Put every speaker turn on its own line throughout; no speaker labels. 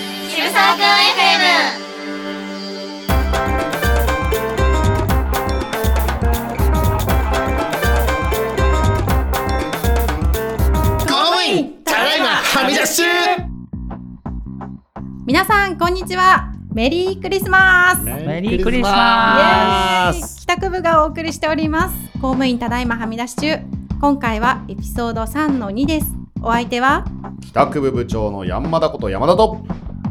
ーク FM
公務員ただいまはみ出し中
皆さんこんにちはメリークリスマスイエ
メリークリスマ
ー
ス
イ帰宅部がお送りしております公務員ただいまはみ出し中今回はエピソード3の2ですお相手は
北区部部長の山田こと山田と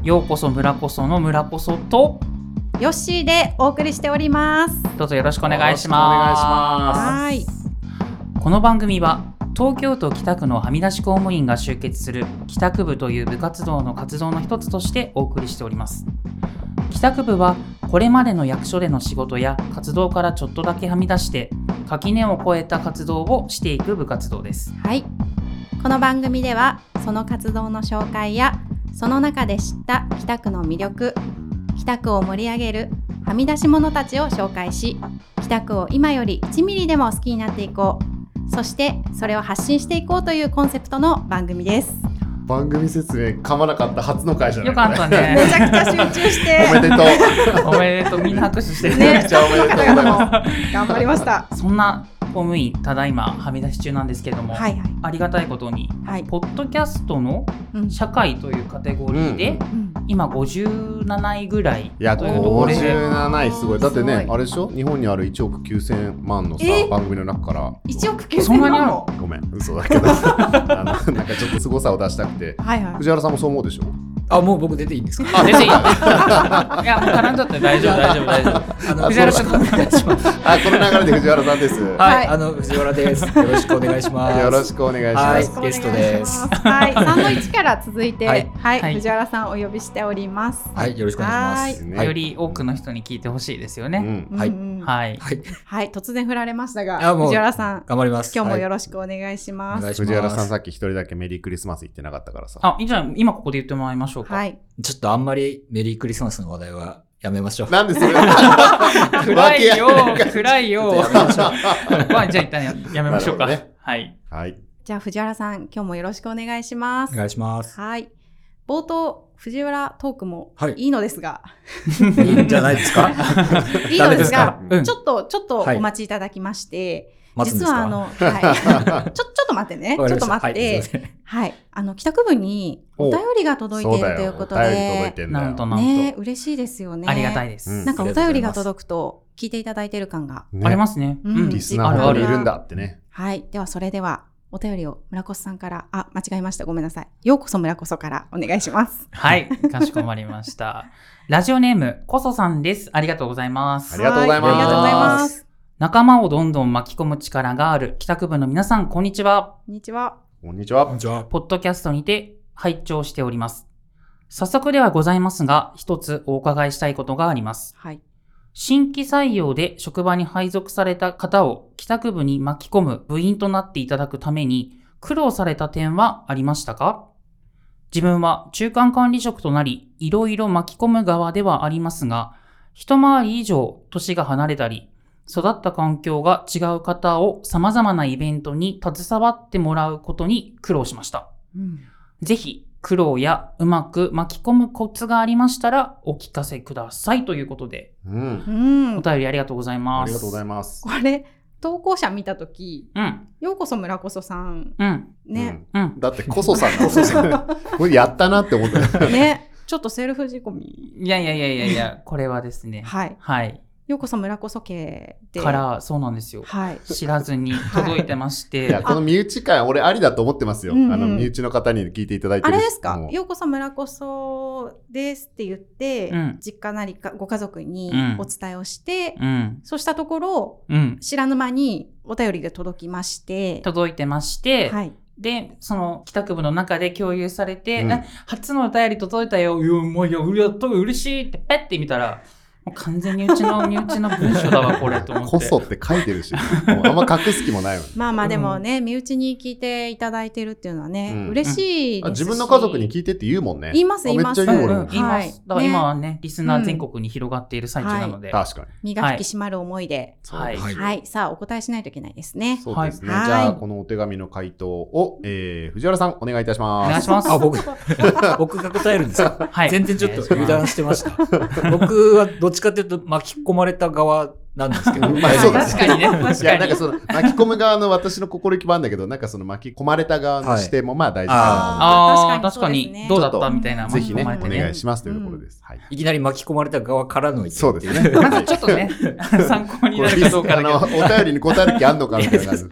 ようこそ村こその村こそと
ヨッシーでお送りしております
どうぞよろしくお願いします
はい
この番組は東京都北区のはみ出し公務員が集結する北区部という部活動の活動の一つとしてお送りしております北区部はこれまでの役所での仕事や活動からちょっとだけはみ出して垣根を越えた活動をしていく部活動です
はいこの番組ではその活動の紹介やその中で知った北区の魅力北区を盛り上げるはみ出し者たちを紹介し北区を今より1ミリでも好きになっていこうそしてそれを発信していこうというコンセプトの番組です
番組説明噛まなかった初の会社
よかった
め
ね
ちゃくちゃ集中し
おめ
て
でとう
おめでとうみんな拍手してる、
めっちゃおめでとうございます
頑張りました
そんな公務員ただいまはみ出し中なんですけれど も、
はいはい
ありがたいことに
はい、
ポッドキャストの
うん
社会というカテゴリーで、
うん
今57位ぐらい
いや
というところで
57位すごいだってね
すごい
あれでしょ日本にある1億9000万のさ
え
番組の中から
1億9000
そんなにあ
万
る
も
ごめん嘘だけどあのなんかちょっと凄さを出したくて
はいはい
藤原さんもそう思うでしょ
あ、もう僕出ていいんですか。
あ 出ていいいやもう絡んじゃって大丈夫大丈夫大丈夫
あの、
藤原さんお願いします
あこの流れで藤原さんですよ
はいい、あの、藤原です。よろしくお願いします。
ろしくお願いしま
はい
す
ゲストです
はい、三の一から続いて、は
はいい、
はい
藤原さんお呼びしております。
はい、よろしくお願いし
ね
はい
より多くの人に聞いてほしいですよ
う
ね、
ん
はい
うんうん
はい
ます。はい、
はい、突然振られました
いや
が、
もう
藤原さん、
頑張ります。
今日もよ
ろし
ろしくお願いし
く
ます。
藤原さんさっき一人だけメリークリスマス言ってなかったからさ
あいいじゃん今ここで言ってもらいましょうか、
はい、
ちょっとあんまりメリークリスマスの話題はやめましょう。
なんです
暗いよ暗いよ
やめまし ょう。
まあじゃあ一旦ややめましょうか、
なるほ
はい
はい
じゃあ藤原さん、今日もよろしくお願いしま
お
す。
願いします。
はい、冒頭藤原トークも
はい
いいのです が、
いいんじゃないですか。
い、い
ダ
ので
メですす
が
か、
うん
ちょっとちょっと
はい
お待ちいただきまして、
待つんで
実
すか。
はあ の、はい、ちょちょっと待ってね、ちょっと待って。
わかりましたはいすいません
はい、あの帰宅部にお便りが届いているということ
お便り届い
で、
てんだよ
なんとなんと、
ね、嬉しいですよね。
ありがた
い。
いです、
うん
なんかお便りが届くと聞いていただいてる感が。
ね
ありますね、
うん
リスナー
あ
本
る
当
あ
にい
る
るんだってね
はい、ではそれではお便りを村越さんから、あ、間違えました。ごめんなさい。ようこそ村越からお願いします。
はいかしこまりましたラジオネームこそさんですありがとうございます
ありがとうございます
はありがとうございます。
仲間をどんどん巻き込む力がある帰宅部の皆さん、こんにちは。
こんにちは。
こんにち
こん
は
にちは。
ポッドキャストにて拝聴しております。早速ではございますが、一つお伺いしたいことがあります。
はい。
新規採用で職場に配属された方を帰宅部に巻き込む部員となっていただくために苦労された点はありましたか自分は中間管理職となり、いろいろ巻き込む側ではありますが、一回り以上年が離れたり、育った環境が違う方を様々なイベントに携わってもらうことに苦労しました。
うん、
ぜひ苦労やうまく巻き込むコツがありましたらお聞かせくださいということで、
うん
うん
お便りありがとうございま
あ
す。
りがとうござい
ま
ます。
これ投稿者見たとき、
す。うん、
ようこそ村越さん
うん、
ね、
うん
だってこそさんこそさんこれやったなって思った よ
ね、ちょっとセルフ仕込み。
いやいやいやいやいや、これはですね、
はい。
はい。
ようこそ村越家で。
から、そうなんですよ。
はい。
知らずに届いてまし
い
て、
やこの身内感俺ありだと思ってますよあ
うんうん
の身内の方に聞いていただいて
あ
る
れですか
も
「ようこそ村こそです」って言って、
うん
実家なりかご家族に
うん
お伝えをして、
うん、
そうしたところ
うん。
知らぬ間にお便りが届きまして、
届いてまして、
はい、
で、その帰宅部の中で共有されて、
うん
あ初のお便り届いたよ、いや、もういや、やった、嬉しいって、ペッて見たら、もう完全にうちの身内の文章だわ、これ、と思って。
こそって書いてるし、もうあんま隠す気もないわ。
まあまあでもね、身内に聞いていただいてるっていうのはね、
うん
嬉しいですし、
あ自分の家族に聞いてって言うもんね。
言います
あ
言いま
め
す
っちゃ言う
う
俺
ん
も
うん、。言います。
はい
だから
ね
今はね、リスナー全国に広がっている最中なので。
確かに。
身が引き締まる思いで、
はい。
はい
はい、さあお答えしないといけないですね。
そうですね。
はい
じゃ
は
あ、
い
このお手紙の回答を、えー藤原さん、お願いいたし
お
ま
願い
す。
します。
あ、 僕、僕が答えるんですか
はい。
全然ちょっと
お願い
油
します
断してました。僕はどっちかというと巻き込まれた側なんですけど。
まあそうだね
確かにね。確かに。
いや、なんかその、巻き込む側の私の心意気もあるんだけど、なんかその巻き込まれた側の視点もまあ大事な
ああ、
確
確か
かに
に
そうですね
どうだったみたいな。
ので、ぜひね、
ま
お
とまれて
願いしますというところです。はい。
いきなり巻き込まれた側からの意見
そうですね。
なんかちょっとね、参考に
こ
な
れ
る
リ
か
ス
ど
あ
うかだけ
の、
ど
お。便りに答える気あんのかみたいな 感じ。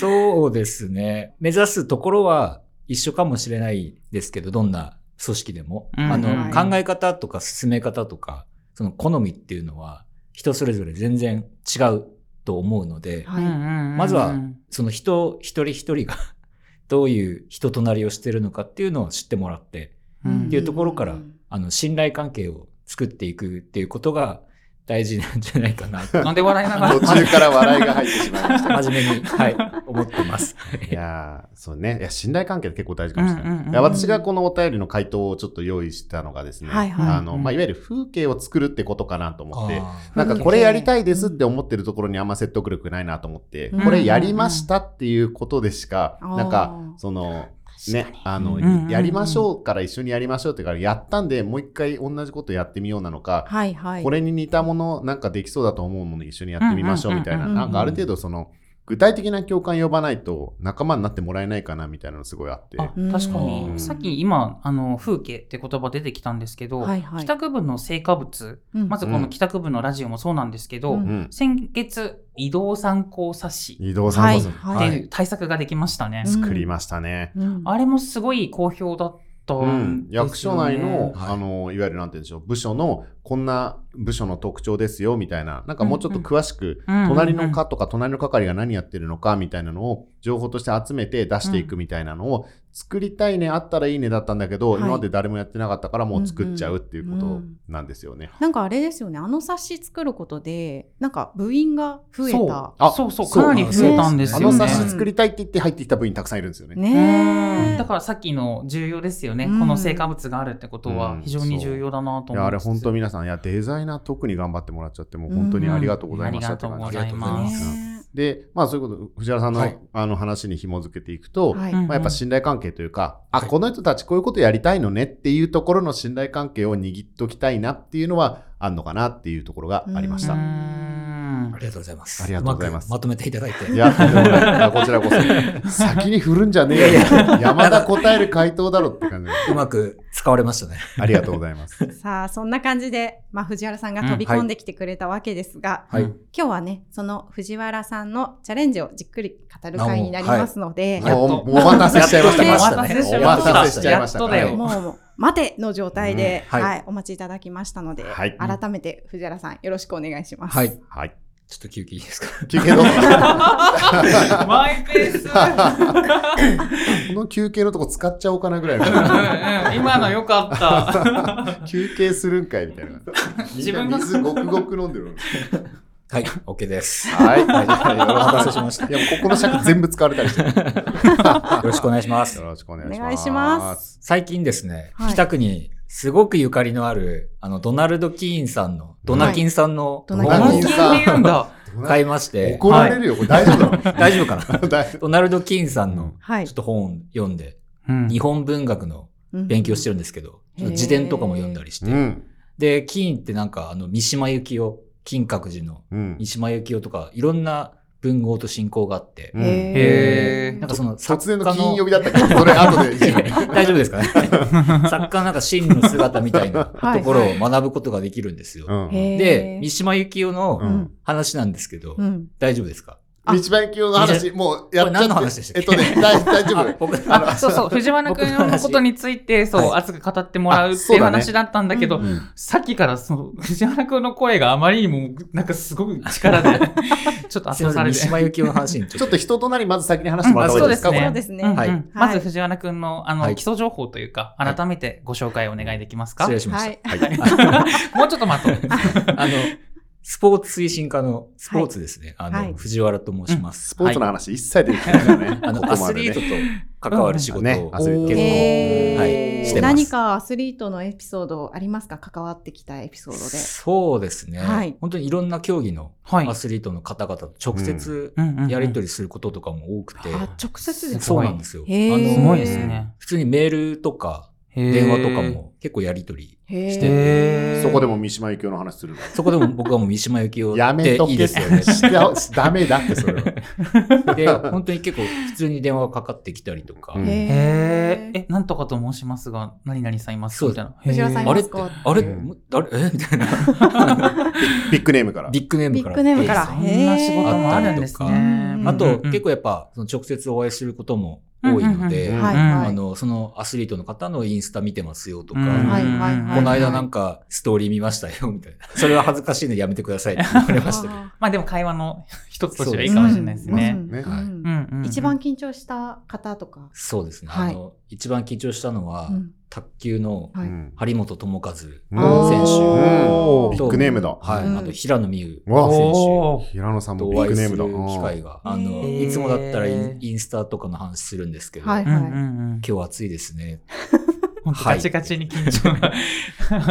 そうですね。目指すところは一緒かもしれないですけど、どんな組織でも。
うん
あ
はい
の、考え方とか進め方とか、その好みっていうのは人それぞれ全然違うと思うので、
はい
うんうんうん
まずはその人一人一人が どういう人となりをしてるのかっていうのを知ってもらって、
うん
っていうところから
うん
あの、信頼関係を作っていくっていうことが大事なんじゃないかなと。
なんで笑いなが
途
ら
中から笑いが入ってしまいまし
真面目に、はい、思ってます。
た。いやーそうね。いや、信頼関係って結構大事かもしれ
うんうんうん
な
う
んい。いや私がこのお便りの回答をちょっと用意したのがですね、
はいはい
あの、まあ、いわゆる風景を作るってことかなと思って、
ー
なんかこれやりたいですって思ってるところにあんま説得力ないなと思って、
うん
これやりましたっていうことでしか、
うん
なん
あ
か
ー
そのね、あの、
うん
うんうん
やりましょうから一緒にやりましょうってからやったんでもう一回同じことやってみようなのか、
はいはい。
これに似たものなんかできそうだと思うもの一緒にやってみましょうみたいな、
うんうんうん
な
うん
んかある程度その具体的な共感呼ばないと仲間になってもらえないかなみたいなのすごいあって。
あ
うん
確か
う
に。
ん
さっき今、あの、風景って言葉出てきたんですけど、
はいはい
帰宅部の成果物、
うん
まずこの帰宅部のラジオもそうなんですけど、
うん
うん、
先月、移動参考冊子
移動さんこそ、
は
って
はい
いう対策ができましたね。
作りましたね。
うん
あれもすごい好評だったんですよ
う
ね、
ん、役所内の、
はい
あの、いわゆるなんて言うんでしょう、部署の、こんな部署の特徴ですよ、みたいな、なんかもうちょっと詳しく、
うんうん
隣の課とか隣の係が何やってるのか、みたいなのを、情報として集めて出していくみたいなのを、作りたいね、あったらいいねだったんだけど、
はい
今まで誰もやってなかったから、もう作っちゃうっていうこ
うんう
と
ん
なんですよね。
なんかあれですよね、あの冊子作ることで、なんか部員が増えた。
あ
そうそう、
そう
かなり増えたんです
あの
よね。
冊子作りたいって言って入ってきた部員たくさんいるんですよね。
うん
ねえ
だ。からさっきの重要ですよね、
うん
この成果物があるってこと
う
は
ん
非常に重要だなと思
いやあれ本当
に
皆さん、いや、デザイナー特に頑張ってもらっちゃって、もう本当にありがとうございましたって感じ、
うんあり
がとうございま
あ
す
りがとうございます
ね
で、まあそういうこと、藤原さんの,、
はい
あの話に紐づけていくと、
はい
うん
まあ、やっぱ信頼関係というか、あ、
はい
この人たちこういうことやりたいのねっていうところの信頼関係を握っときたいなっていうのはあるのかなっていうところがありました。
うん
ありがとうございます。
ありがとうございます
くまとめていただいて。
いや、とんでもないあこちらこそ。先に振るんじゃねえよ。山田答える回答だろって感じで
うまく使われましたね。
ありがとうござい ます。
さあそんな感じで、まあ、藤原さんが飛び込んできてくれたわけですが、
はい
うん
今日はねその藤原さんのチャレンジをじっくり語る会になりますので、
はい
もう、もうお待たせしちゃいました。
やっと
お待たせしちゃい
お
ましたお待
待た
た
せ
せし
し
ち
ち
ゃい
ゃい
ま
ま
し
したた
か
や
ら。
っとだよ
もうもう待ての状態で、
うんは
は
い
い、お待ちいただきましたので、
はい
改めて藤原さんよろしくお願いします。
はい。
はい。
ちょっと休憩いいですか
休憩の、 こ
マイペース
の休憩のとこ使っちゃおうかなぐらいの。
うんうん今の良かった。
休憩するんかいみたい な。
自分が
水ごくごく飲んでるの。
はい、OK です。
はい。
お待たせしました
いや、もうここの尺全部使われたりしてる。
よろしくお願いします
よ。ろしくお願いします。
お願いします。
最近ですね、
はい
北区にすごくゆかりのある、あの、ドナルド・キーンさんの、ドナキンさんの
ド
本
ナ
を
キン
マイペースで言うんだ。
買いまして、
怒られるよ、これ大丈夫な
大丈夫かな
の大丈
ドナルド・キーンさんの、
は
ちょ
い
っと本読んで、
うん
日本文学の勉強して
る。
るんですけど、
うん
ちょっと自伝とかも読んだりし
夫。
て、
うん。
で、キーンってなんか、あの、三島由紀夫、金閣寺の
うん
三。島由紀夫とか、いろんな文豪と信仰があって、
うん
へー
なんかその作
突
家
然
の、
の金曜日だったけど、それ後でいじめ。
大丈夫ですか ね作家のなんか真の姿みたいなところを学ぶことができるんですよ。
うん。
へー
で、三島由紀夫の
うん
話なんですけど、
うん
大丈夫ですか
あ
道場清の話、もうやっちゃ
こ
っ
れ
て。
何の話でした
えっ
っけ
とね、大大丈夫。
僕
あの
あそうそう、藤原君のことについて、そう、
は
熱く語ってもらうっ
あ
て
そ
いうう
だね
話だったんだけど、
うん
さっきからその藤原君の声があまりにも、なんかすごく 力で、ちょっと圧
すい
倒
ませ
さ
ん、
れ
三
て。
島由紀夫の話に
ちょっと人となりまず先に話してもらった方がいいですか、
うん
こ
あそ
れ
う
ですね
うんうん
はい
まず藤原君のあの、
はい
基礎情報というか、
はい
改めてご紹介お願いできますか、
失礼しま
は
し
い。
はい。
もうちょっと待 って。
た。あの、スポーツ推進課のスポーツですね。あ
はい
の、藤原と申します。
スポーツの
はい
話、一切出てきてないからね。
あ
こ
の、
こ
ア
ま
ス
で
リート
ね。
と関わる仕事を
うんねアスリート
結
へ
構、はい、
ー
してます。
何かアスリートのエピソードありますか関わってきたエピソードで。
そうですね、
はい
本当にいろんな競技の
はい
ア。スリートの方々と直接
うんうんうん
やり取りすることとかも多くて、
あ、直接ですか
そうなんですよ。
へー
あの
すごいですね。
普通にメールとか電
電
話とか。も結構やり取り、
へー
して
へー
そこでも三島由紀夫の話するの。
そこでも僕はもう三島由紀夫
や
っ
め
て
と
い
け
いですよね。
して ダメだって、それは。
で、本当に結構普通に電話がかかってきたりとか、
うん
へえ。え、なんとかと申しますが、何々さんいます
そう
みたいな。
藤原さんい
あ
ま
れ
すか
あれ、
うん
あれえみたいな。
ビッグネームから。
ビッグネーム
ビ
か
ッ
ら。
グネームから。
そんな仕事
へー
もあるんですね。
あと、結
構、
構やっぱ、その直接お会いすることも多いので、
うんうんうん
はい
うん
は
あ
い。
の、そのアスリートの方のインスタ見てますよとか、
うん
はいはいはい
この間なんかストーリー見ましたよみたいな。それは恥ずかしいのでやめてくださいって言われましたけど。
あ
まあでも会話の一つとしてはいいかもしれないです
ー
ね。
うん
ね
うんうん
うんうんうん
一番緊張した方とか。
そうですね。
はい
あの、一番緊張したのは、
うん
卓球の
は
う
い
ん
張本智和選手。
あー
うん
うん
ビッグネームだ。
はい。
うん
あと、平野美宇
うわ
選手。
おー
平野さんも
と
ビ
お
ッグ
会い
ネ
す
ーム
る
だ。
機会が、あ
へ
の、
ー
いつもだったらインインスタとかの話するんですけど、
はい
うんうんうん
今日は暑いですね。
本当ガチガチに緊張が。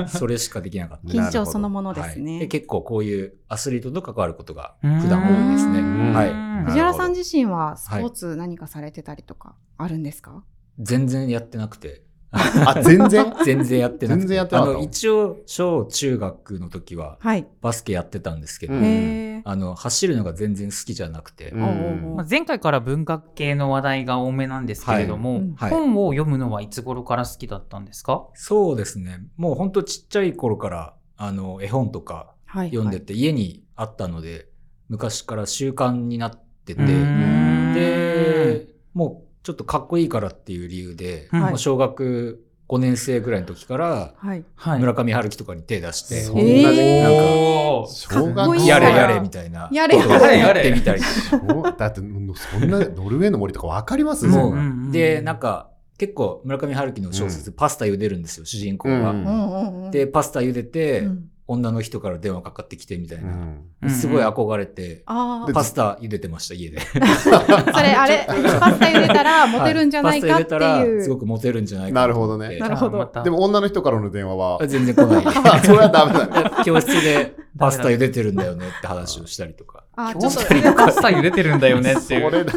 それしかできなかった。
緊張そのものです
はい
ね。
で結構こういうアスリートと関わることが
うん
普段多いですね。
うん
はい。
うん
藤原さん自身はスポーツ何かされてたりとかあるんですか、
全然やってなくて。
あ、全然
全然やってなくて。
全然やってなかった
あの、一応、小中学の時は
はい。
バスケやってたんですけど、
うん
へー
あの、走るのが全然好きじゃなくて、
うん
おー
まあ前回から文学系の話題が多めなんですけれども、
はいうん
はい
本を読むのはいつ頃から好きだったんですか
そうですね。もうほんとちっちゃい頃から、あの、絵本とか
はい。
読んでて、家にあったので、昔から習慣になってて、
うん
で、もうちょっとかっこいいからっていう理由で、
うん
もう小学5年生ぐらいの時から、
はい。
はい。
村上春樹とかに手出して、
そん
同
な
じ
時期
なんか、
おー
小
かっこい
学
い
生
やれやれみたいな。
やれやれ
ことをやってみたりとか。
そうだって、そんなノルウェーの森とかわかります
も
そんな
うん
う、で、なんか、結構村上春樹の小説、パスタ茹でるんですよ、主人公
う
うん
が。
んうんうん。
で、パスタ茹でて、
うん
女の人から電話かかってきてみたいうな。
ん
うん
すごい憧れて、
ああ
パスタ茹でてました、家で。
それあれ、パスタ茹でたらモテるんじゃないかって
パスタ茹でた
い
ら、すご
う。
くモテるんじゃないか
な
な
るほどね
なるほど
あまた
でも女の人からの電話は、
全然来な
あそれはダメだね。
い。教室で パスタ茹でてるんだよねって話をしたりとか。
あー、ちょ
教
っと
室でパスタ茹でてるんだよねっ
そ
てい
れ
う。
だ。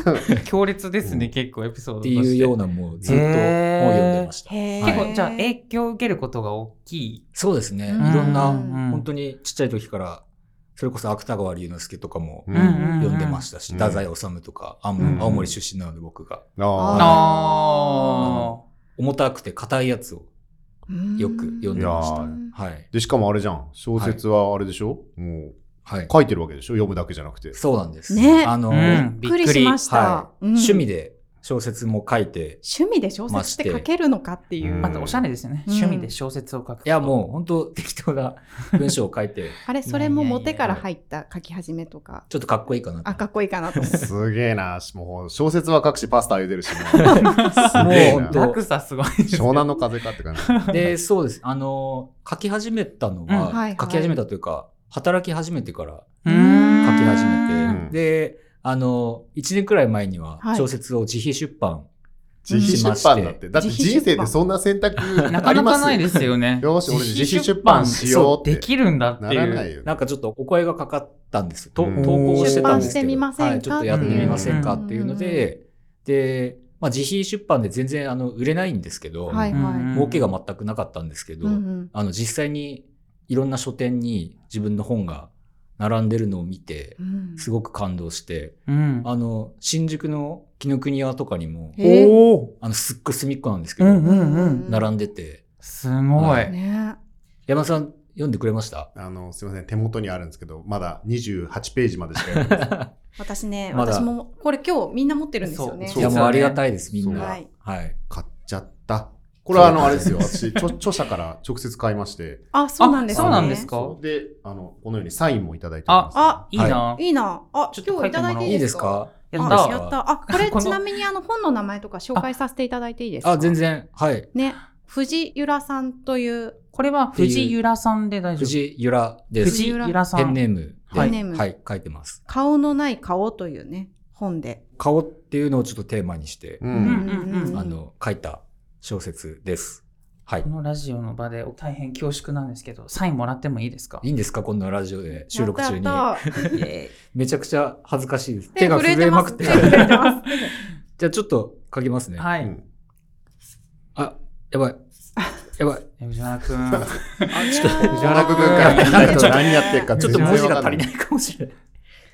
強烈ですね、結構エピソード
っ
と
て
して。
いうようなもうずっと本読んでました。
へー
はい
結構、じゃあ影響を受けることが大きい。
そうですね。い
うん
ろんな、
うん
本当にちっちゃい時から、それこそ芥川龍之介とかも
う
うんうん
ん
う
読んでましたし、
うん
太宰治とか、あん
うん
青森出身なので僕が、
あ
あ
あ
重たくて硬いやつをよく読んでまし
う
た
ん。
はい
ー。で、しかもあれじゃん。小説はあれでしょも
は
う
い。
書いてるわけでしょ読むだけじゃなくて。
そうなんです。
ね
あの、
うん
びっくりしました。
はい。
うん
趣味で小説も書いて、
趣味で小説って書けるのかっていう。
うん
またおしゃれですよね。
うん
趣味で小説を書く。
いやもう本当適当な文章を書いて、
あれ、それもモテから入った書き始めとか。
ちょっとかっこいいかなと
あ、かっこいいかなと思って。
すげえな。もう小説は書くし、パスタ茹でるし。もうすげえ
もう
な
本。当
落差すごいですね
湘南の風かって感じ。
で、そうです。あの、書き始めたの
うん
は
は、い
書き始めたというか、働き始めてから
う
書
ん
き始め
うん
て、で、あの、1年くらい前には
はい
小説を自費出版。
自費出版だって。だって人生でそんな選択
な
あ
か
り
な
ま
か
す
ないですよね。
よし俺自費出版しようって
そうできるんだって
ないら
う。
ないよね。
なんかちょっとお声がかかったんです。と
うん
投稿をしてたんです
出版し
けど。
てみませんか
はい、ちょっとやってみませんかっていうので、で、まあ自費出版で全然あの売れないんですけど、
はいは
儲けが全くなかったんですけど、
うんうん
あの実際にいろんな書店に自分の本が並んでるのを見て
う、ん
すごく感動して、
うん。
あの、新宿の紀ノ国屋とかにも、
へえ
お
あの、すっごい隅っこなんですけ
う
ど、
んうんうん。
ん
並んでて、
すごい。
はい
ね
山田さん、読んでくれました
あのすいません手元にあるんですけどまだ28ページまでしか読んでない
私ね、
まだ
私も、これ今日みんな持ってるんですよね。
い
そう
や
そう
もうありがたいです、みん
そう
な。
は
はい
い。
買っちゃったこれはあの
そう
あれですよ私著著者から直接買いまして
あ、そうなんですね。
あそうなんですか
そうであのこのようにサインもいただいております
あ
いいな、
いいな。あ、
ちょっ
今日
と書い
い
て
ただ
もらおう
いてい
い
いで
いですす
か
か
やっ
あ
た
いい
やっ
ですか
た。あ、これ
この
ちなみにあの本の名前とか紹介させていただいていいですか
あ、全。然。はい。
ね、藤由良さんという
これは藤由良さんで大丈夫
藤由良です。
藤由良さ
ペン
ん。
ネーム
ペン
ネーム
で、はい、書いてます。
顔のない顔というね、本で。
顔っていうのをちょっとテーマにして、
う
うん
ん、
うんうん
あの、書いた小説です。はい
こ。のラジオの場で大変恐縮なんですけど、サインもらってもいいですか
いいんですかこんなラジオで収録中に。
やったやった
めちゃくちゃ恥ずかしいです。
手
手が
震え
震
て
え
ま
まく
す。
って。
手
じ
震え てます。
ゃあちょっと書きますね。
は
う
い。
ん
あ、やばい。やばい。
藤原くん。
あ
ちょっと
藤原君から聞いた人何やってるか
ちょっ
全
と
然
文字
わ
が
か
足
ん
り
な
ないいかもしれない。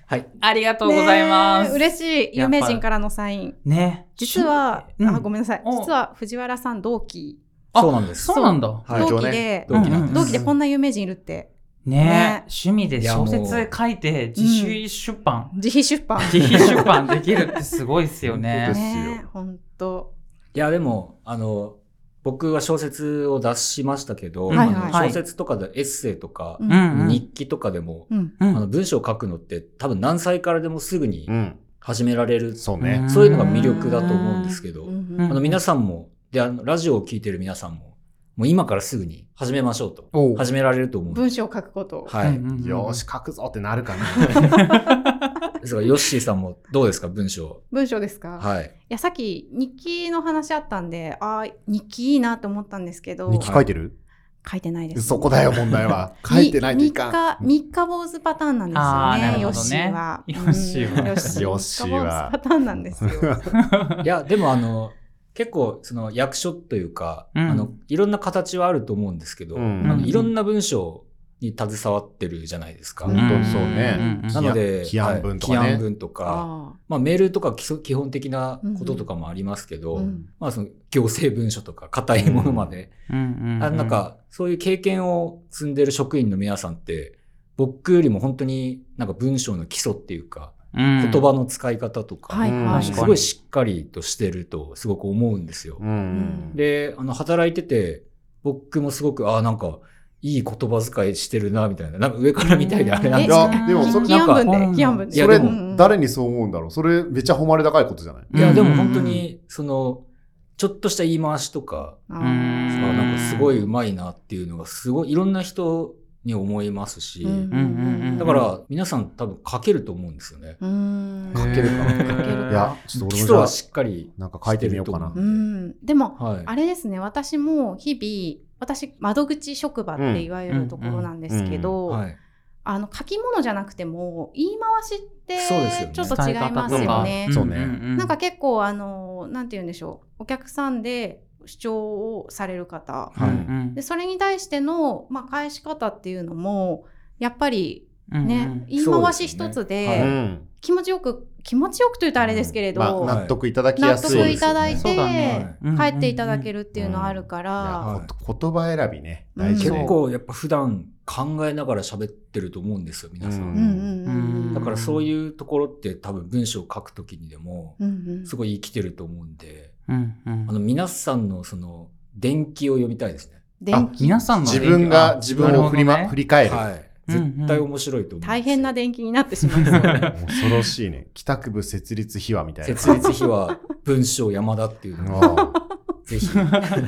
はい。
ありがと
と
うございます。
嬉しい。有名人からのサイン。
ね。
実は、
うん
あごめんなさい。
お
実は藤原さん同期。
あ
そうなんです。
そうなんだ。
はい
同
一応
期
ね
で、
同期なんです。
同期でこんな有名人いるって。
ね
ね
趣味で小説書いて自主出版、
自費出版。
自費出版できるってすごいですよ
本当
ね。
です
ね本当。
いや、でも、あの、僕は小説を出しましたけど、
はい
はい
あの
はい
小説とかでエッセイとか、
うん
うんうん
日記とかでも、
うん。
う
あの
ん、
文章を書くのって多分何歳からでもすぐに
うん
始められる、
そうね
そういうのが魅力だと思うんですけど、
うん
あの皆さんも、で、あのラジオを聞いてる皆さんも、もう今からすぐに始めましょうと
おう。
始められると思うんで。
文章を書くこと。
は
う
い
ん。うんうん
よーし書くぞってなるかな
ですから、ヨッシーさんもどうですか、文章。
文章ですか。い
はい。
やさっき日記の話あったんで、あー日記いいなと思ったんですけど、
日記書いてる
書いてないです。
そこだよ問題は書いてないといかん
三日、三日坊主パターンなんです
あーな
よ
る
ね。ヨ
ほどね
ッシーは。
ヨッシーは
うんヨッシー
ヨッシーは
三日坊主パターンなんですよ。
いや、でもあの、結構、その役所というか、
うん
あの、いろんな形はあると思うんですけど、
うん
あのいろんな文章に携わってるじゃないですか。
本
ん
当にそうね
うんうんうん
なので、
起案文とか
はい
ね
起案文とか、
あ
まあメールとか基礎基本的なこととかもありますけ
ー
ど、
うん
まあその行政文書とか硬いものまで、
うん
あなん、かそういう経験を積んでる職員の皆さんって、僕よりも本当になんか文章の基礎っていう
うん
か、言葉の使い方とか、
はい
うん
はい。
確
す
かに
ごいしっかりとしてるとすごく思うんですよ
う。ん
で、あの、働いてて、僕もすごく、あなんか、いい言葉遣いしてるな、みたいな。なんか上からみたいであれなん
い
です
や
け
でもそれ
基
なん
本
か
文で、基本文で。
い
そ
や
れ
でも
誰にそう思うんだろうそれめっちゃ誉れ高いことじゃない
ど。いや、でも本当
うん
に、その、ちょっとした言い回しとか、
あ
あ
ー
なんかすごい上手いなっていうのが、すごい、いろんな人に思いますし、
うん
だから、皆さん多分書けると思うんですよね。
うん
書けるかな
書けるか
いやちょっと俺も
基
じ
礎
ゃあ
はしっかり、
なんか書いてみようかな
して
う
る
んでも、
はい。
あれですね私も日々私窓口職場っていわゆるところなんですけど、
はい。
あの書き物じゃなくても言い回しって
そうですよね
ちょっと違いますよね。
そうね
なんか結構あのなんて言うんでしょうお客さんで主張をされる方
はい
でそれに対しての、まあ、返し方っていうのもやっぱりね、言い回し一つで
そうですよねは
ん
気持ちよく気持ちよくというとあれですけれど、
まあ
はい
納得いただきや
納
すい
得
で
い
すよね
ただい
そう
て、
だ
ね
はい
帰っていただけるっていうのはあるから、
うんうんうん
いやこ言葉選びね
うん
大事
結
ね
構やっぱ普段考えながら喋ってると思うんですよ、皆さん。
うん
うんうんうんうん
だからそういうところって多分文章を書くときにでも
うんうん
すごい生きてると思うんで、
うんうん
あの皆さんのその電気を読みたいですね。
電気
皆さんの
自分が自分を振り,、
なる
ま、振
ほどね
り返る、
はい。絶対面白いと思う。
大変な
で
電気になってしまいそう。
恐ろしいね北区部設立秘話みたいな
設立費は文章山田っていう のを
ああ
ぜひ。
こ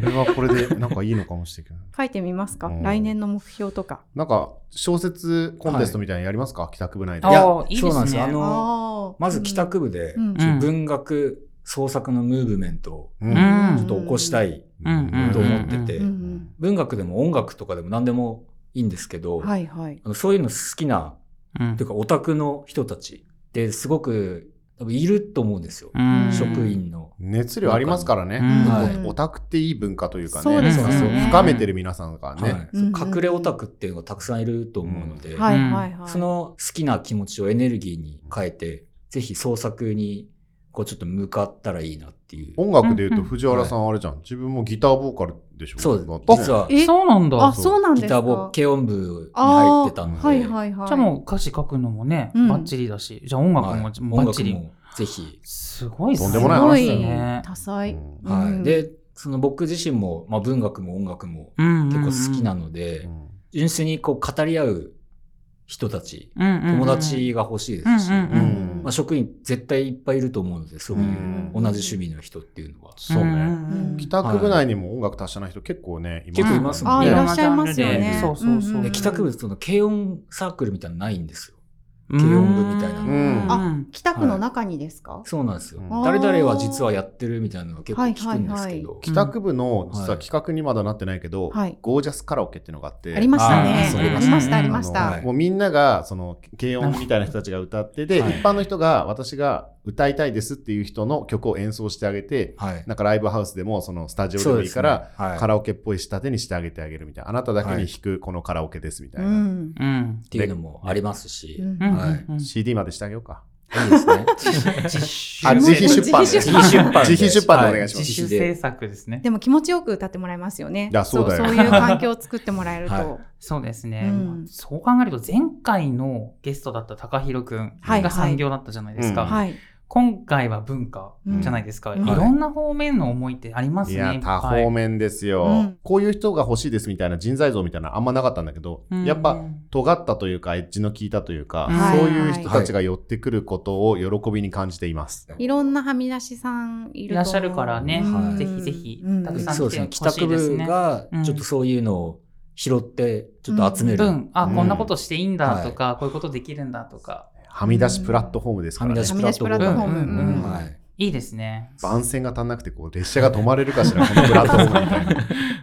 れはこれでなんかいいのかもしれない
書いてみますか
うん
来年の目標とか。
なんか小説コンテストみたいなのやりますか、帰宅部内で
あ
いや
ーいいですね
そうなんですよ。あの、
あー
まず帰宅部で
うん
うん
文学創作のムーブメントを
う
うん
ちょっと起こしたい
うんうん
と思ってて
うんう、ん
文学でも音楽とかでも何でもいいんですけど、
はいはい。
あのそういうの好きな
うん
というかオタクの人たちってすごく多分いると思うんですよ、
うん
職員の。
熱量ありますからね、
うん
本
はい
当オタクっていい文化というかね
そう
ですよね
そう深めてる皆さんが
は
ね、
い、
うんうん
隠れオタクっていうのがたくさんいると思うので、
はいはいはい。
その好きな気持ちをエネルギーに変えてぜひ創作にこうちょっと向かったらいいなっていう。
音楽で言うと藤原さんあれじゃん。自分もギターボーカルでしょ
そう
だってね
実は
え
そうなんだ。
あ、
じ
そうなん
ギ
です
タ
か。
ーボ軽音部に
あー
入ってたので、
はいはいはい。
ゃあもう歌詞書くのもね、
うん
バッチリだし、じゃあ音楽
はい
も
音
バッチ
楽
リ。
もぜひ、
すごいっすね。
とんでもない話だよ
ね
すごい多彩。
うん
うん
はい、でその僕自身も、まあ、文学も音楽も
うん
結構好きな
の。
ので、
うん
純粋にこう語り合う人たち
うんうんうん
友達が欲しいですし、
うんうんうん
まあ、職員絶対いっぱいいると思うのでそういう
うん
同じ趣味の人っていうのは、
そうね。
ん
帰宅部内にも音楽達者な人結構ね、います
結構いますも
あ
ん
ー、
ね
いらっしゃいますよ
いろんなジ
ね
ャンルで。
そうそうそうん
で
ん
帰宅部その軽音サークルみたいなのないんですよ
うん
軽音部みたいな
うん
あ
北区の中にですか、
そうなんですよ、
うん
誰々は実はやってるみたいなのは結構聞くんですけど、
帰宅部の実は
はい
企画にまだなってないけど、
はい
ゴージャスカラオケっていうのがあって
ありました
あ
ね。
ー
ありました、ありまし
あの
た。
い
もうみんながその軽音みたいな人たちが歌ってで、
はい
一般の人が私が歌いたいですっていう人の曲を演奏してあげて
はい
なんかライブハウスでもそのスタジオでもいいから、
そうですねはい
カラオケっぽい仕立てにしてあげてあげるみたいなあなただけに弾くこのカラオケですみたいな、
うん。
うん。
っていうのもありますし、
うん
うん
はい
うん
CD までしてあげようか
いいですね。
あ自費出版
自
で
費出
自費出版で。
自費出版でお願いします
は
自主
自費
制
で。
作ですね。
でも気持ちよく歌ってもらえますよね。
いやそうだよ
そういう環境を作ってもらえ ると。
は
そうですね、
うん
まあそう考えると前回のゲストだった高弘くん
はいは
が
い
産業だったじゃないですか。
うん
はい。
今回は文化じゃないですか、
うん
いろんな方面の思いってあります
い
ね。
や
っぱ
多方面ですよ、
うん
こういう人が欲しいですみたいな人材像みたいなのあんまなかったんだけど、やっ
う
ぱ
ん
尖ったというかエッジの効いたというか、
はい
そういう人たちが寄ってくることを喜びに感じています、
いろんなはみ出しさんいると思う
いらっしゃるからね
うん
ぜ
ひぜひ
うん
たくさん
そうですね。帰
欲し
宅
いです
部
ね
が
うん、
ちょっとそういうのを拾って、ちょっと集める。
文あ、
うん
こんなことしていいんだとか、こういうことできるんだとか
はみ出しプラットフォームですから、ね
はみ出し
はみ出しプラットフォーム。
うんうんうん
うん
はい。
いいですね。
番線が足んなくてこう列車が止まれるかしらこのプラットフォームみたいな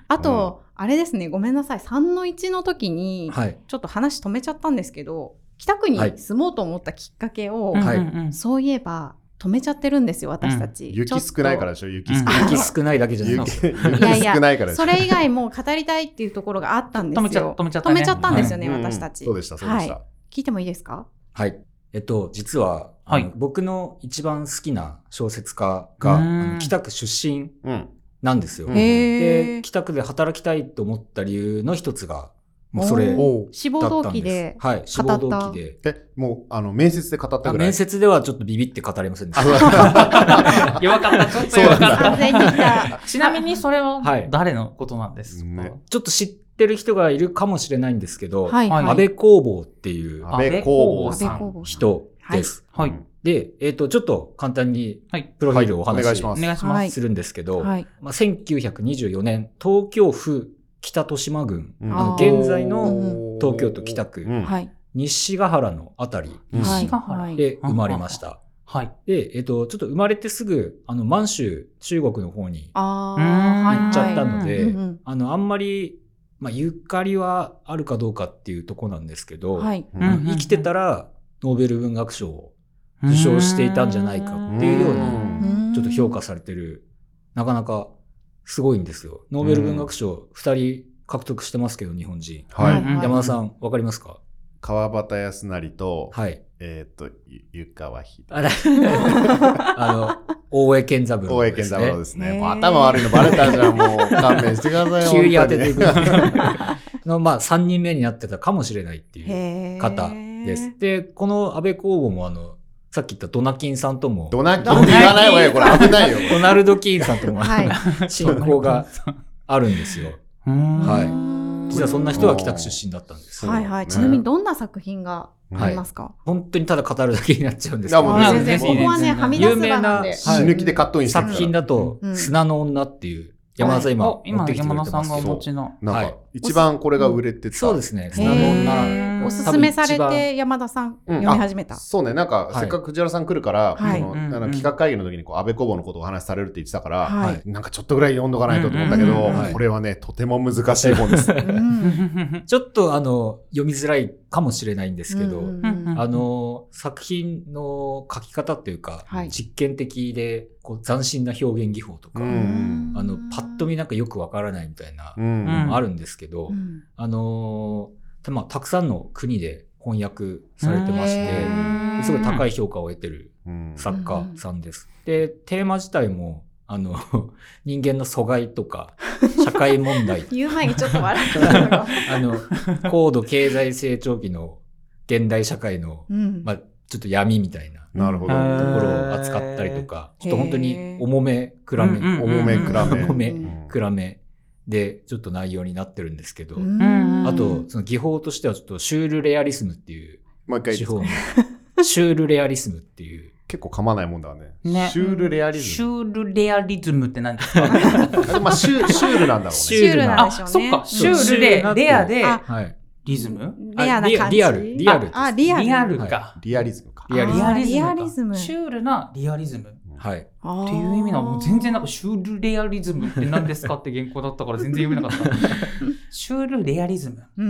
あと、あれですね、ごめんなさい、3の1の時に、
はい。
ちょっと話止めちゃったんですけど、北区に住もうと思ったきっかけを、
はい
うんうんうん
そういえば止めちゃってるんですよ、私たち。
雪少ないからで
ち
しょ雪少ない
雪少ない だけじゃない
雪
で
雪
す。
少ないから
ょっと
でし
そ
ょ
れ以外もう語りたいっていうところがあったんですよ。
止めちゃ止めちゃったね
たんですよね、
うん
私たち。
そうでしたそうでした、
はい。聞いてもいいですか
はい。えっと、実は、
は
あ
い
の僕の一番好きな小説家が、
う
あ
ん
の北区出身
うん
なんですよ
う。ん
へ
で、
え。
北区で働きたいと思った理由の一つが、もうそれだ
おう
志望
っ
動
たん
機
で。。
です
はい。志望動機で。
えもうあの面接で語った
あ
ぐらい
面接ではちょっとビビって語れませんでした。
弱かった、ちょっと弱か
完
っ
全に来 た。
た。ちなみにそれは
はい
誰のことなんですか、
ね
ちょっと知ってる人がいるかもしれないんですけど、
はいはい。
安倍工房っていう
安倍工房さ
安倍
ん
工房さん
人です。
はい。
で、えっ、と、ちょっと簡単に
はい。
プロフィールをお
はいお
話
願い
し
しま
お
す
願いします。
はい
するんですけど、
はい。
まあ、1924年、東京府北豊島郡、
うん
あの
あー
現在
う
の
ん
東京都北区
うん
はい。
西ヶ原のあたり
うん
はい
西ヶ原
はい
で生まれました。
はい。
で、えっ、と、ちょっと生まれてすぐ、あの、満州、中国の方に
ああ、
うん
はい。
行っちゃったので、
うんうん
あの、あんまり、まあ、ゆかりはあるかどうかっていうとこなんですけど、
はい。
う
うんん
生きてたら、ノーベル文学賞を受賞していたんじゃないかっていうように
ん
ちょっと評価されてる、なかなかすごいんですよ。ノーベル文学賞2人獲得してますけど、日本人。
はい
うん
山田さん、わかりますか
川端康成と、
はい。
えーっ、と、ゆゆかわひ
あれ あの、大江健三郎、
大江健三郎ですす
ね
ね。
へー
もう頭悪いのバレたじゃん、もう勘弁してくださいよ。
急に当ててい く
本当に
の、まあ、3人目になってたかもしれないっていう
へー
方です。で、この安倍公房も、あの、さっき言ったドナキンさんとも、
ドナキンって言わないわよ、これ危ないよ。
ドナルド・キーンさんとも、
はい。
親交があるんですよ。
は
はい実はそんな人が北区出身だったんです。
そう
はいはい。
ね
ちなみにどんな作品がありますか、
本当にただ語るだけになっちゃうんですけ
い
ど、
や
あ
もう
全
全
然、
然
ここはね、はみ出す場なんで。
有名
死ぬ気でカットインしてるか
作
ら
品だと
う、ん
砂の女っていう、山田さん今
お、
持っ
今、
てきてくれ
山
て
田
ま
さん
すけ
がお
ど
持ちの。
なん
はい
か、一番これが売れてた。
そうですね、砂の女。
へーおす
多
す
分
めされ
一番
て山田さん
うん
読み始めた。
そうね、なんか、
はい
せっかく藤原さん来るから、
はい
その
うんうんうん
あの企画会議の時にこう安倍公房のことをお話しされるって言ってたから、
は
はい
い。
なんかちょっとぐらい読んどかないとと思ったけど、
うんうん
うんはい
これはね、とても難しい本 です。
うん
ちょっとあの、読みづらいかもしれないんですけど、
うんうんうん
あの、作品の書き方というか、
はい
実験的で、こう、斬新な表現技法とか、
うん
あの、パッと見なんかよくわからないみたいな
う、ん
うん
あるんですけど、
うん
あのーたまあ、たくさんの国で翻訳されてまし
へ
て、
ー
すごい高い評価を得てる
うん
作家さんです。で、テーマ自体も、あの、 人間の阻害とか、社会問題とか、
言う前にちょっと笑ったのが。
あの、高度経済成長期の現代社会の、
うん
まあ、ちょっと闇みたいな
なるほど。
うん
ところを扱ったりとか、
へー
ちょっと本当に重め、暗め、
うんうんうん
重め暗め。
重め
うん
暗めで、ちょっと内容になってるんですけど、
ん
あと、その技法としては、ちょっとシュールレアリスムっていう
もう一回
手
結
法の、シュールレアリスムっていう、
構噛まないもんだね。
ね
シュールレアリ
シ
ズム。
ュールレアリズムって何ですか
あまあシュシュールなんだろう
シ
ね。
シュールなん
あ、
でしょうね。
そっか。シュ
シ
ー
ュー
ル
ル
で
な、って
レアで、
あ
はい。
リズム
レアな感じ。
リアル、リアルです。
あ、リアル。
リアルか。
リアリズムか。
リアリズム
あー
リア
リアリズム
シュールなリアリズム。っ
はい。
って
いう意味なのもう全然なんかシュールレアリズムって何ですかって原稿だったから全然読めな かった。シュールレアリズム。
うー
う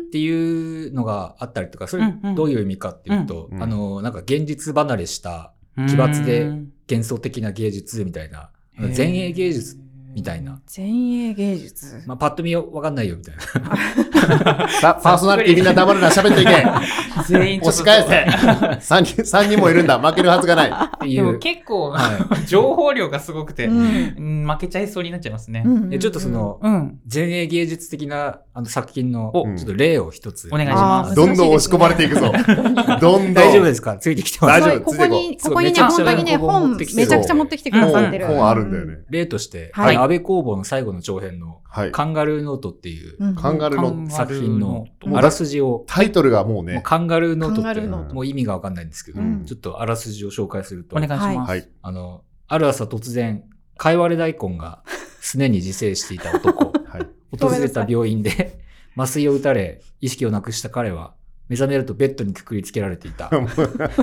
ん。
っていうのがあったりとか、そ
うん
れ
うん
どういう意味かっていうと、
うんうん
あの、なんか現実離れした奇抜で
うん
幻想的な芸術みたいな、前衛芸術みたいな。、
前衛芸術。
まあ、パッと見わかんないよみたいな。
さパーソナリティみんな黙るな、喋っていけ。
全員ちょっ
押し
と
返せ。3人、三人もいるんだ。負けるはずがない。
ってい
でも
う。
結構、
は
情報量がすごくて、
うん
うん負けちゃいそうになっちゃいますね。
うん
い。でちょっとそ、の、
うん。
前衛芸術的なあの作品の
お、
ちょっと例を一つ。
お願いし
あ
ま
ー
す。
どんどん押し込まれていくぞ。どんどん。
大丈夫ですかついてきてま
大
す
大。丈
丈
夫
夫ここに、
ついて
ここにね、
そうめちゃ
本
くちゃ
当にね、本
持ってき、て
めちゃくちゃ持ってきてくださってる。
本
本あるんだよね。。
例として、
はい
あの安倍公房の最後の長編の、
はい。
カンガルーノートっていう
うん
カンガルー
カン
の
ガ
作品の
う、ん
あらすじを、
タイトルがもう
もう
ね。
カンガルーノート
カン
っ
ガ
て
ルーノ
ート
もう意味がわかんないんですけど、
うん
ちょっとあらすじを紹介すると
お、願いします。
はい。
あの、ある朝突然、かいわれ大根がすねに自生していた男、
はい。
訪れた病院で麻酔を打たれ、意識をなくした彼は、目覚めるとベッドにくくりつけられていた。硫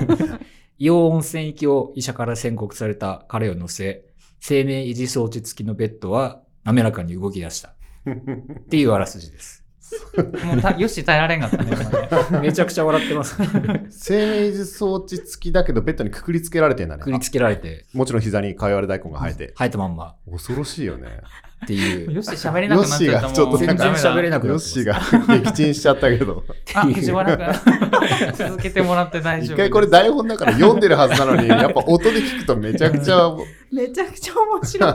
黄温泉行きを医者から宣告された彼を乗せ、生命維持装置付きのベッドは滑らかに動き出した。っていうあらすじです。
もうた、よし、耐えられんかったね。
めちゃくちゃ笑ってますね。
生命維持装置付きだけど、ベッドにくくりつけられてんだね
くく。りつけられて、
もちろん膝にかいわれ大根が生えて。
生えたまんま
恐ろしいよね。
っていう。
よし、喋れなくなっちゃった
よしがちょっ
もん。
となんか
ダメだ
喋れなくな
ヨ
って
ッ
ます
シーが撃沈しちゃったけど。
あ、藤原君。続けてもらって大丈夫。
一回これ、台本だから読んでるはずなのに、やっぱ音で聞くとめちゃくち ゃ。
めちゃくちゃ面 白い。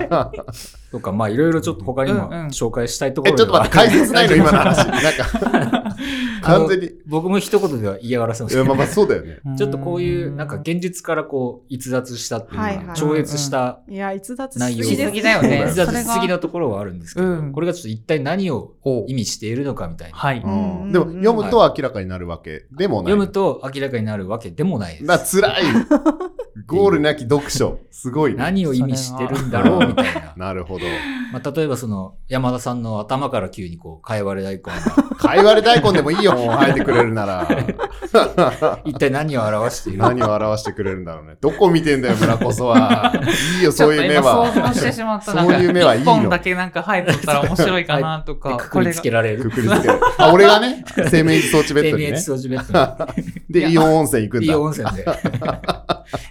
とか、まあいろいろちょっと他にも
うんうん
紹介したいとこ
え、
ろ
ち
で
ょっと
は
待って、解説ないの今の話。なんか、完全に。
僕も一言では嫌がらせなんです
うん
け
まあ
ど
まあ、そうだよね。
ちょっとこういう、なんか現実からこう逸脱したっていう
はいはい
か、超越した
いや、逸脱
内
し
容
すぎです
しすぎだよね
逸
そ
脱
れ
し
が
すぎなところはあるんですけ
う
ど、
ん
これがちょっと一体何を
お
意味しているのかみたいな。
はい。
ん
うんでも、読むと明らかになるわけでもない。
読むと明らかになるわけでもないで
な、
す。
辛い。ゴールなき読書。すごいね。
何を意味してるんだろうみたい な。
なるほど。
まあ、例えばその山田さんの頭から急にこう、かいわれ大根が
かいわれ大根でもいいよ、もう生えてくれるなら。
一体何を表しているのか
何を表してくれるんだろうね。どこ見てんだよ、村こそは。いいよ、そういう目
ちょっと今想
は。
像してしまった。
そういう目はいいの
なんか一本だけなんか入っとったら面白いかな とか。
くくりつけられ
く
る。
くりつける。あ、俺がね、生命維持装置ベッ
生
ド
命
にね。
掃除ベッド
で、イオン温泉行く
に。
ん
いい
だ。
温泉で。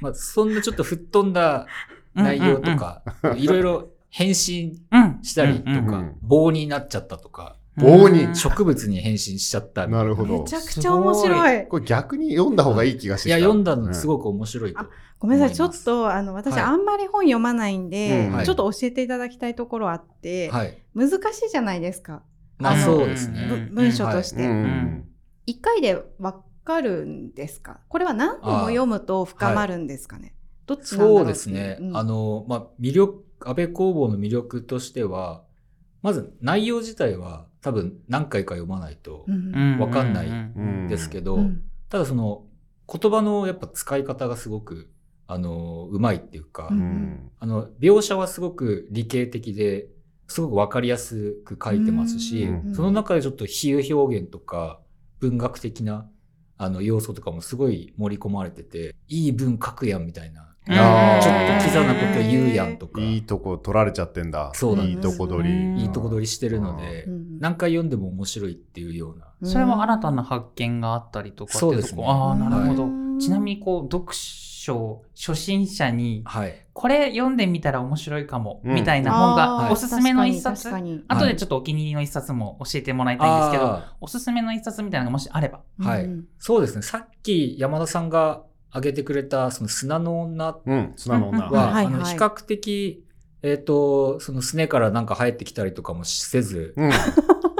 まあ、そんなちょっと吹っ飛んだ内容とか、いろいろ変身
うん、
したりと
うんうん
うんう
か
ん、
棒になっちゃったとか、
棒に
うん
植物に変身しちゃった。
なるほど
めち。ゃくちゃ面白い。
これ逆に読んだ方がいい気がして
い
きた。
や、読んだのす
い。
ごく面白いと。
ごめんなさい、
思
ち
い
ょ
ま
っ
す
と、あの、私、
はい
あんまり本読まないんで、
うん
はい
ちょっと教えていただきたいところあって、
はい。
難しいじゃないですか、
まあ、
あの
そうです
う
ぶ
ね。
ん
文章として。
うんうん
一回でわかるんですかこれは何度も読むと深まるんですかね、どっちなんだろう
そうですね。あ
の、
の、まあ、魅力、安倍工房の魅力としては、まず内容自体は多分何回か読まないと
うん
わかんない
うん
ですけ
う
ど、
ん
ただその言葉のやっぱ使い方がすごく、あの、うまいっていうか、
う
うんん
あの、描写はすごく理系的で、すごくわかりやすく書いてますし、
うん
その中でちょっと比喩表現とか文学的なあの要素とかもすごい盛り込まれてて、いい文書くやんみたいな、
うん
あー
ちょっとキザなこと言うやんとか、
いい
い
とこ取られちゃってんだ。
そうなん
い
で
い
す
とこ取り。
いとこ取りしてるので
う、ん
何回読んでも面白いっていうような。
それも新たな発見があったりとかって
そう
と
ですね
こ。ああ、なるほど
は。い
ちなみにこう、読書初心者に
はい。
これ読んでみたら面白いかも、
うん
みたいな本
あ
が
ー
おすすめの一冊
確かに確か
後でちょっとお気に入りの一冊も教えてもらいたいんですけど、
あ
おすすめの一冊みたいなのがもしあれば。
に
はい
うん
ーそうですね。さっき山田さんが挙げてくれた、その砂の女は、
うん、砂の女。
うんうん
は
はい
あの
はい
比較的、えっ、と、そのすねからなんか生えてきたりとかもせ ず
い。、うん。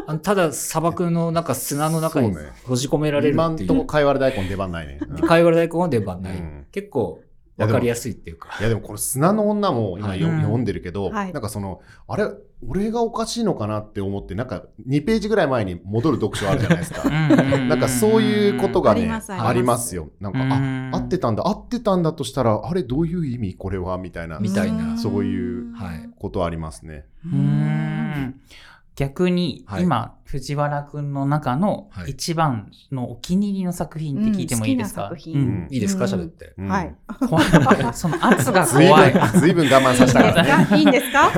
あのただ砂漠の中、砂の中に
そうね
閉じ込められる
今
っ
ん
て
と
い
こ、
う。
かいわれ大根出番ないね。うん
会話大根は出番ない。
うん
結構わかりやすいっていうか。
いやでもこの砂の女も今よ
はい
読んでるけど、
はい
なんかそのあれ俺がおかしいのかなって思ってなんか2ページぐらい前に戻る読書あるじゃないですかな
なん
かそういうことが
あ
ね
り
あ
ます
り
あります
ますよなんかあ合ってたんだ合ってたんだとしたらあれどういう意味これはみたいな
みたいな
ーん
そういう
はい
ことありますね
う
うーん逆に
はい
今、藤原くんの中の
はい
一番のお気に入りの作品って聞いてもいいです
うん
か
好きな作品
うん
いいですか
うん
喋って。
うん
はい
怖い。 その圧が
ずいぶ
怖い。
んずいぶん我慢させたから ね
いいんですか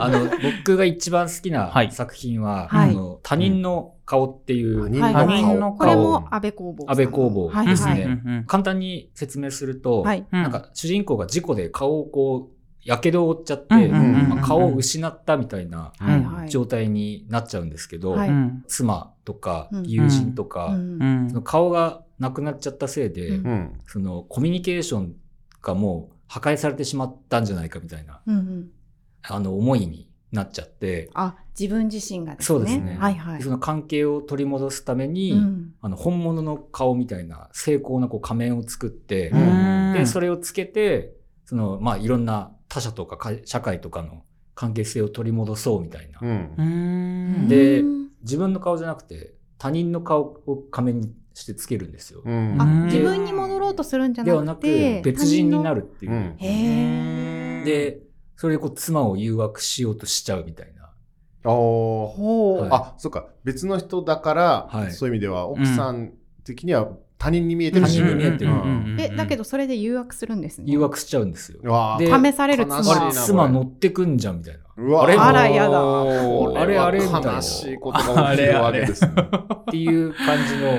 あの、僕が一番好きな
はい
作品は、
はい
あの他人の顔っていう、
他人
はい
他人の
の
顔
これも安倍工房さん。
安倍工房
はい
です
は
ね
い。
簡単に説明すると、
はい。
な
なんか主人公が事故で顔をこう、やけどを負っちゃって、
うん
うんうん
まあ顔を失ったみたいな
はいはい。
状態になっちゃうんですけど、
はい
妻とか
うん
友人とか、
うん
その顔がなくなっちゃったせいで、
うん
うん
そのコミュニケーションがもう破壊されてしまったんじゃないかみたいな、
うんうん
あの思いになっちゃって、
あ、自分自身がですね。
そうですね。
はいはい。
その関係を取り戻すために、
うん
あの本物の顔みたいな精巧なこう仮面を作って、
うん
で、それをつけて、その、まあ、いろんな他者とかか社会とかの関係性を取り戻そうみたいな。
うん
れ
で
うん
自分の顔じゃなくて、他人の顔を仮面にしてつけるんですよ。
うん
あ
うん
自分に戻ろうとするんじゃ
では
な
なく
くて、、
別人にな
る。
るっていう。
うん
へえ。
で、それでこう、妻を誘惑しようとしちゃうみたいな。
あー
ほ
は
う
い。
あそっか別の人だから、
はい
そういう意味では奥さん的には他人に見えてる
他人に見えてる
うんうん
え、だけ
ど、
どそれで誘惑するんですね。
誘。惑しちゃうんですよ。
わあ
で
試される妻
悲しい
あ
な
れ、妻乗ってくんじゃんみたいな。
うわ
あれ
あらやだ
もう
あれあれ
こは悲しいことが起きてるわけですね。
っていう感じの、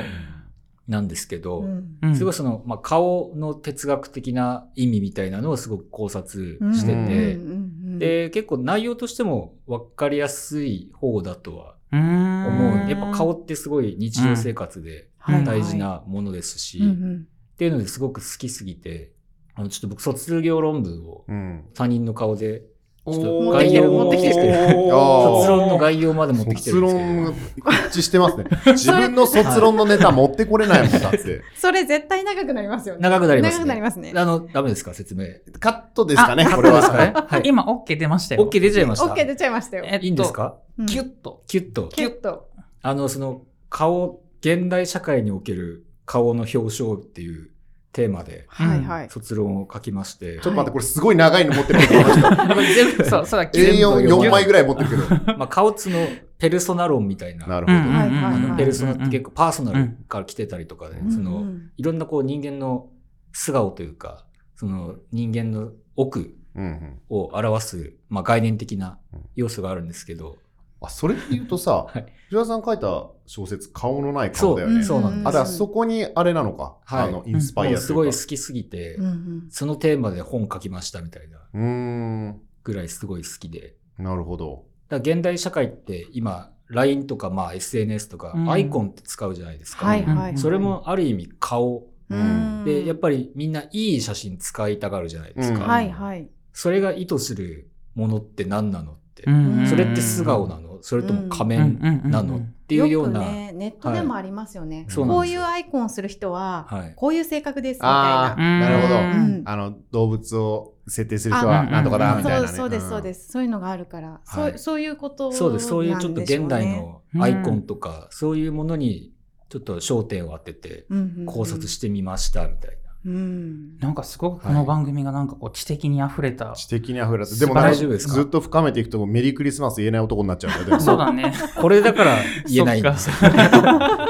なんですけど、
うん
うん
すごいその、まあ、顔の哲学的な意味みたいなのをすごく考察して
うん
て、
うんうん
で、結構内容としても分かりやすい方だとは
うーん
思う。やっぱ顔ってすごい日常生活で
はい
大事なものですし、
うんう
っ
ん
ていうのですごく好きすぎて、あの、ちょっと僕卒業論文を
うん
他人の顔で、
お
ちょっ
ー
と概要を
持ってきて
る
おー
卒論の概要まで持ってきてる
卒
んですけど。
論一致して ますね。自分の卒論のネタ持ってこれないもんだって。
それ絶対長くなりますよね。
長くなります、ね。
長くなりますね。
あの、ダメですか説明。
カットですかね、
あ
これは。
カットですかねはい
今、OK 出ましたよ。
OK 出ちゃいました。
OK 出ちゃいましたよ。
えっと
いいんですか
うん
ギュッと。
キュッと。
キュッと。
あの、その、顔、現代社会における顔の表彰っていうテーマで、
はいはい。
卒論を書きまし
ちょ
て、
っと待って、これすごい長いの持ってるけど、
全部、そう、そうだ、
全部
A44 枚ぐらい持ってるけど。
まあ、顔つのペルソナ論みたいな、
なる
う
ほ
ん
ど。
うん
はい
うん
はい
あ
はい
のペルソナって結構パーソナ
う
ル
ん
から来てたりとかで、
うん
そ
うんう
の、
ん
いろんなこう人間の素顔というか、その人間の奥
うんうん
を表す、まあ、概念的な要素があるんですけど、
あそれって言うとさ、
はい
藤原さん書いた小説、顔のない顔だよね。
そうなんです
あ、だからそこにあれなのか。
は
あ
い
の、インスパイ
も
アとい
う
うか。
すごい好きすぎて、
うんうん
そのテーマで本書きましたみたいな
うーん。
ぐらいすごい好きで、
なるほど。
だから現代社会って今 LINE とかまあ SNS とか
うん
アイコンって使うじゃないですか、
はいはい。
それもある意味顔
うん。
でやっぱりみんないい写真使いたがるじゃないですか、
うん
はいはい。
それが意図するものって何なのって、
うん
それって素顔なのそれとも仮面なの、っていうよ
よ
う
く
な、
ね、ネットでもありますよね。
そうな
こ
ん
う
です
い
よ
うアイコンする人は、
はい、
こういう性格ですみ
あ
た
あ、
い
うん
なるほど。
な。うん
あの動物を設定する人は
あ
なんとかだ
うん
みたいな、ね。
そうそうですそうですす。そういうのがあるから、
は
そ
いう
そういうこと
そうですそういうちょっと現代のアイコンとか、そういうものにちょっと焦点を当てて考察してみましたみたいな、
て、うん
なんかすごくこの番組がなんかこう知的に溢れ た。
知的に溢れた。
素
でもなんか
大丈夫ですか
ずっと深めていくとメリークリスマス言えない男になっちゃうんだよ。でも
そうだね。
これだから言えないんですよ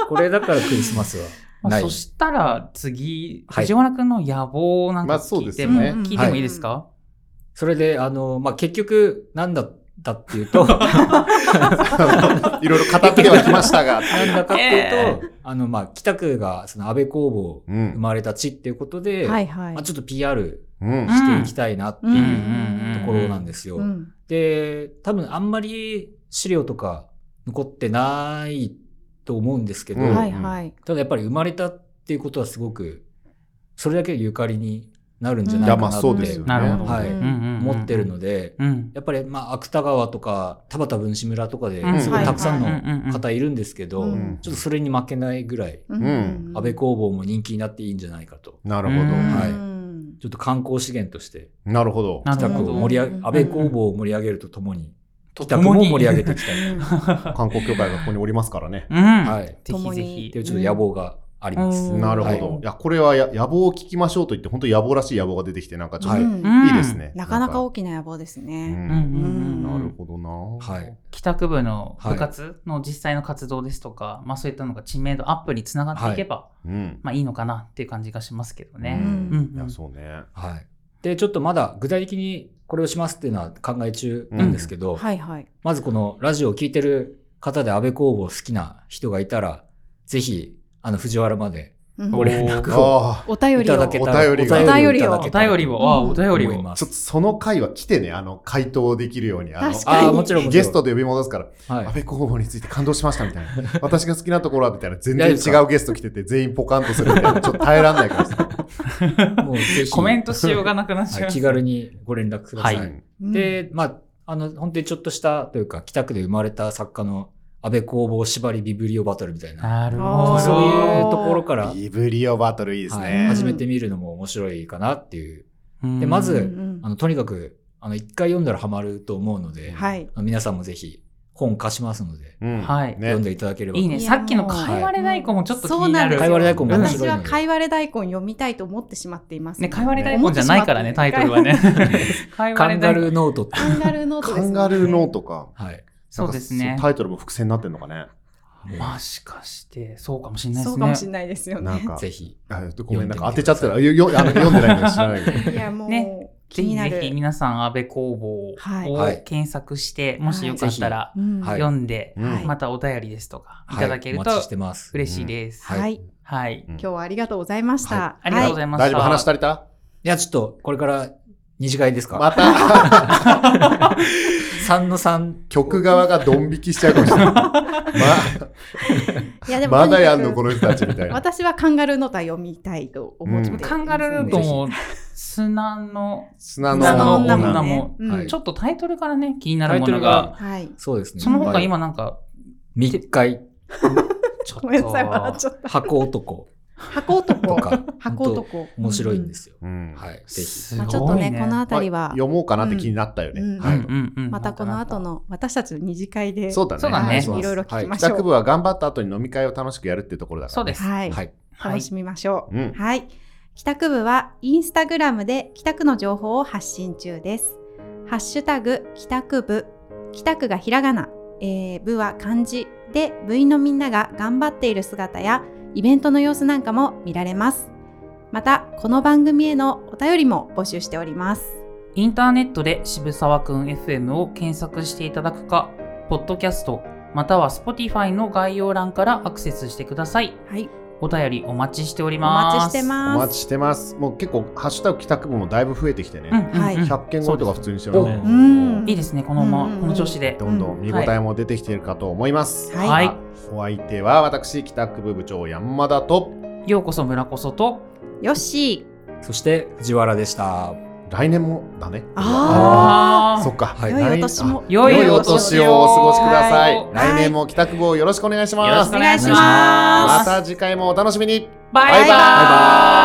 これだからクリスマスはない
そしたら次、
はい
藤原くんの野望なん
ま
か
あそう
聞
で
い
す
て
よ
も、
ね
聞いてもいいですか、
それで、あの、まあ、結局、なんだっだって いうと、なん
いろいろ語ってはきましたが。
だかっていうと、
え
あの、まあ、北区がその安倍工房
う
生
ん。
まれた地っていうことで、
はいはい
まあ、。ちょっと PR
うん。
していきたいなって
うん
いうところなんですよ。
うん
で、多分あんまり資料とか残ってないと思うんですけど、
うん
はいはい。
ただやっぱり生まれたっていうことはすごく、それだけゆかりになるんじゃない
いや、
か
ま
な
あ
って
そうですよね。
なるほど
はい
うん
思ってるので、
うん。
やっぱりまあ芥川とか田畑文志村とかで
うん
すごいたくさん
はい
の方いるんですけど、
うん
ちょっとそれに負けないぐらい
うん
うん
安倍工房も人気になっていいんじゃないかと。
なる
う
ほ
ん
はい
うん
ちょっと観光資源として
ど。なるほど。
な
北
る
区
ほ
を
ど。
盛り上
うん
げ、安倍工房を盛り上げるとともに、北区も盛り上げていきたい。
観光協会がここにおりますからね。
うん。は。
はいい。
ぜひぜひ
ってい。うちょっと野望があります。
うん
なるほど。
はい
いや、これはや野望を聞きましょうと言って、本当野望らしい野望が出てきて、なんかちょっと
はい
うん
いいですね。
なかなか
多
大きな野望です
い
ね。
うん
な
うんうん
るほどな。
はい。
帰宅部の部活の実際の活動ですとか、まあそういったのが知名度アップにつながっていけば、
うん。
まあいいのかなっていう感じがしますけど
う
ね。
ん
うん
いや、そうね。
はい。で、ちょっとまだ具体的にこれをしますっていうのは考え中なんですけど、
はいはい。
まずこのラジオを聞いてる方で安倍工房好きな人がいたら、ぜひ、あの、藤原まで
うん
ご連絡を
あ
お便
い
りを
ただけた
お
ら、
便り
お
が
便りをいただ
お
けたら
便りを、あ
うん
お便り
思い
を。
ま
あ、ちょっ
す。
とその回は来てね、あの、回答できるように。あの
確か
ああ、もちろんもちろん。
ゲストで呼び戻すから、安
はい。
倍公房について感動しましたみたいな。私が好きなところはみたいな、全然
いやいいです
違
か
うゲスト来てて、全員ポカンとするみたいな、ちょっと耐えらんないからさ。
もうぜひ
コメントしようがなくなっちゃい
は
ま
い、
す
気軽にご連絡ください。
は
うん
で、まあ、あの、本当にちょっとしたというか、北区で生まれた作家の安倍工房縛りビブリオバトルみたいな、
なる
あー
ほど。
そういうところから、はい、
ビブリオバトルいいですね。
始めてみるのも面白いかなってい
う
う。
ん
で、まず、
うんうん
あの、とにかく、あの、一回読んだらハマると思うので、
はい。
あの皆さんもぜひ本貸しますので、
うん
はい
ね
読んでいただければ。
いいね。
いや
さっきの
もう
かいわれ大根もちょっと気
そう
に
な
なん
で
る。
すよ
かいわれ大根も面白いの
私はかいわれ大根読みたいと思ってしまっています。
ね、かいわれ大根じゃないからね、タイトルはね。かいわ
カ
れ
ンガ
大
ル
根。
ーノートってい
カン
う。
ガルーノートです
カ
も
ン
んね
ガルーノートか。
はい。
そうですね
なんかタイトルも伏線になってんのかね。
もしかして、そうかもしれないで
そ
す ね。
うかもしれないですよ
なん
ね。
か、
ぜひ。
あごめん、なんか当てちゃってる。よよあの読んでないの知らないけど。
いやも
ね
う気
ぜ
に
ひ
なる
ぜひ。皆さん、安倍工房を
はい
検索して、もしよかったら
うん
はい
読んで、
うん
またお便りですとかい
はい
ただける
お
と
待ちしてます。い
嬉しいです。
はい
はい。
はい。
うん
今日はありがとうございました。
は
ありがとうござ
い
いました。
大丈夫話足りた
や、ちょっと、これから二次会ですか、
また、
?3 の3。
曲側がドン引きしちゃうかもしれ ない。ま
ます。いやでも
まだやん
と
の、
にか
こ
く
の人たちみたいな。
私はカンガルーノートは読みたいと思っています。
カンガルーノートも、砂の、
砂
砂
の
の
女
女も
も。
も
うん
はい
ちょっとタイトルからね、気になるもの
タイトル
が
が、
はい。
そうですね。
その他今なんか、
密会、
ちょっと、
ごめんなさい、笑っちゃった。
箱男
箱
と
男。
か、
箱
本
男。
当面白いんですよ。
うん
はい。ぜひ。
すご
まあ
い、ね。
ちょっとね、このあたり
まあ
は、
読もうかなって気になったよね。
うん
は
う
い
んうんうん
またこの後の私たちの二次会で、
そうだね。
そうだね
はい
いろいろ聞きましょ
企画
う。
部は頑張った後に飲み会を楽しくやるっていうところだから
そう
ね。
です。
はい。
はい。
はい
楽しみましょ
うん
う。はい。帰宅部はインスタグラムで帰宅の情報を発信中です。ハッシュタグ帰宅部、帰宅がひらがな、えー部は漢字で部員のみんなが頑張っている姿やイベントの様子なんかも見られます。またこの番組へのお便りも募集しております。
インターネットで渋沢くん FM を検索していただくか、ポッドキャスト、または Spotify の概要欄からアクセスしてください。
はい、
お便りお待ちしており
お
ます。
待ちして
お
ます。
待ちしてます。もう結構、ハッシュタグ帰宅部もだいぶ増えてきてね。
うんうんうん
はい
100件超えとか普通にしてるの
そう
で、
ですね
うん
いいですね、このま
うんうんう
ま、
ん
この調子で。
どんどん見応えも出てきているかと思います。
はい
はい
お相手は私、北区部部長山田と、
ようこそ村こそと、
よっし
そして、藤原でした。
来年もだね。
あ
あそっか。
はい
ー、
ー
良いお年も。
良いお
お
年
年
を
をお過ごしください。
はい
来年も北区部をよろしくお願いし
よろ
ま
し
す。
くお願いします。
お願いします
また次回もお楽しみに。
バイバ
バイ
イ
バ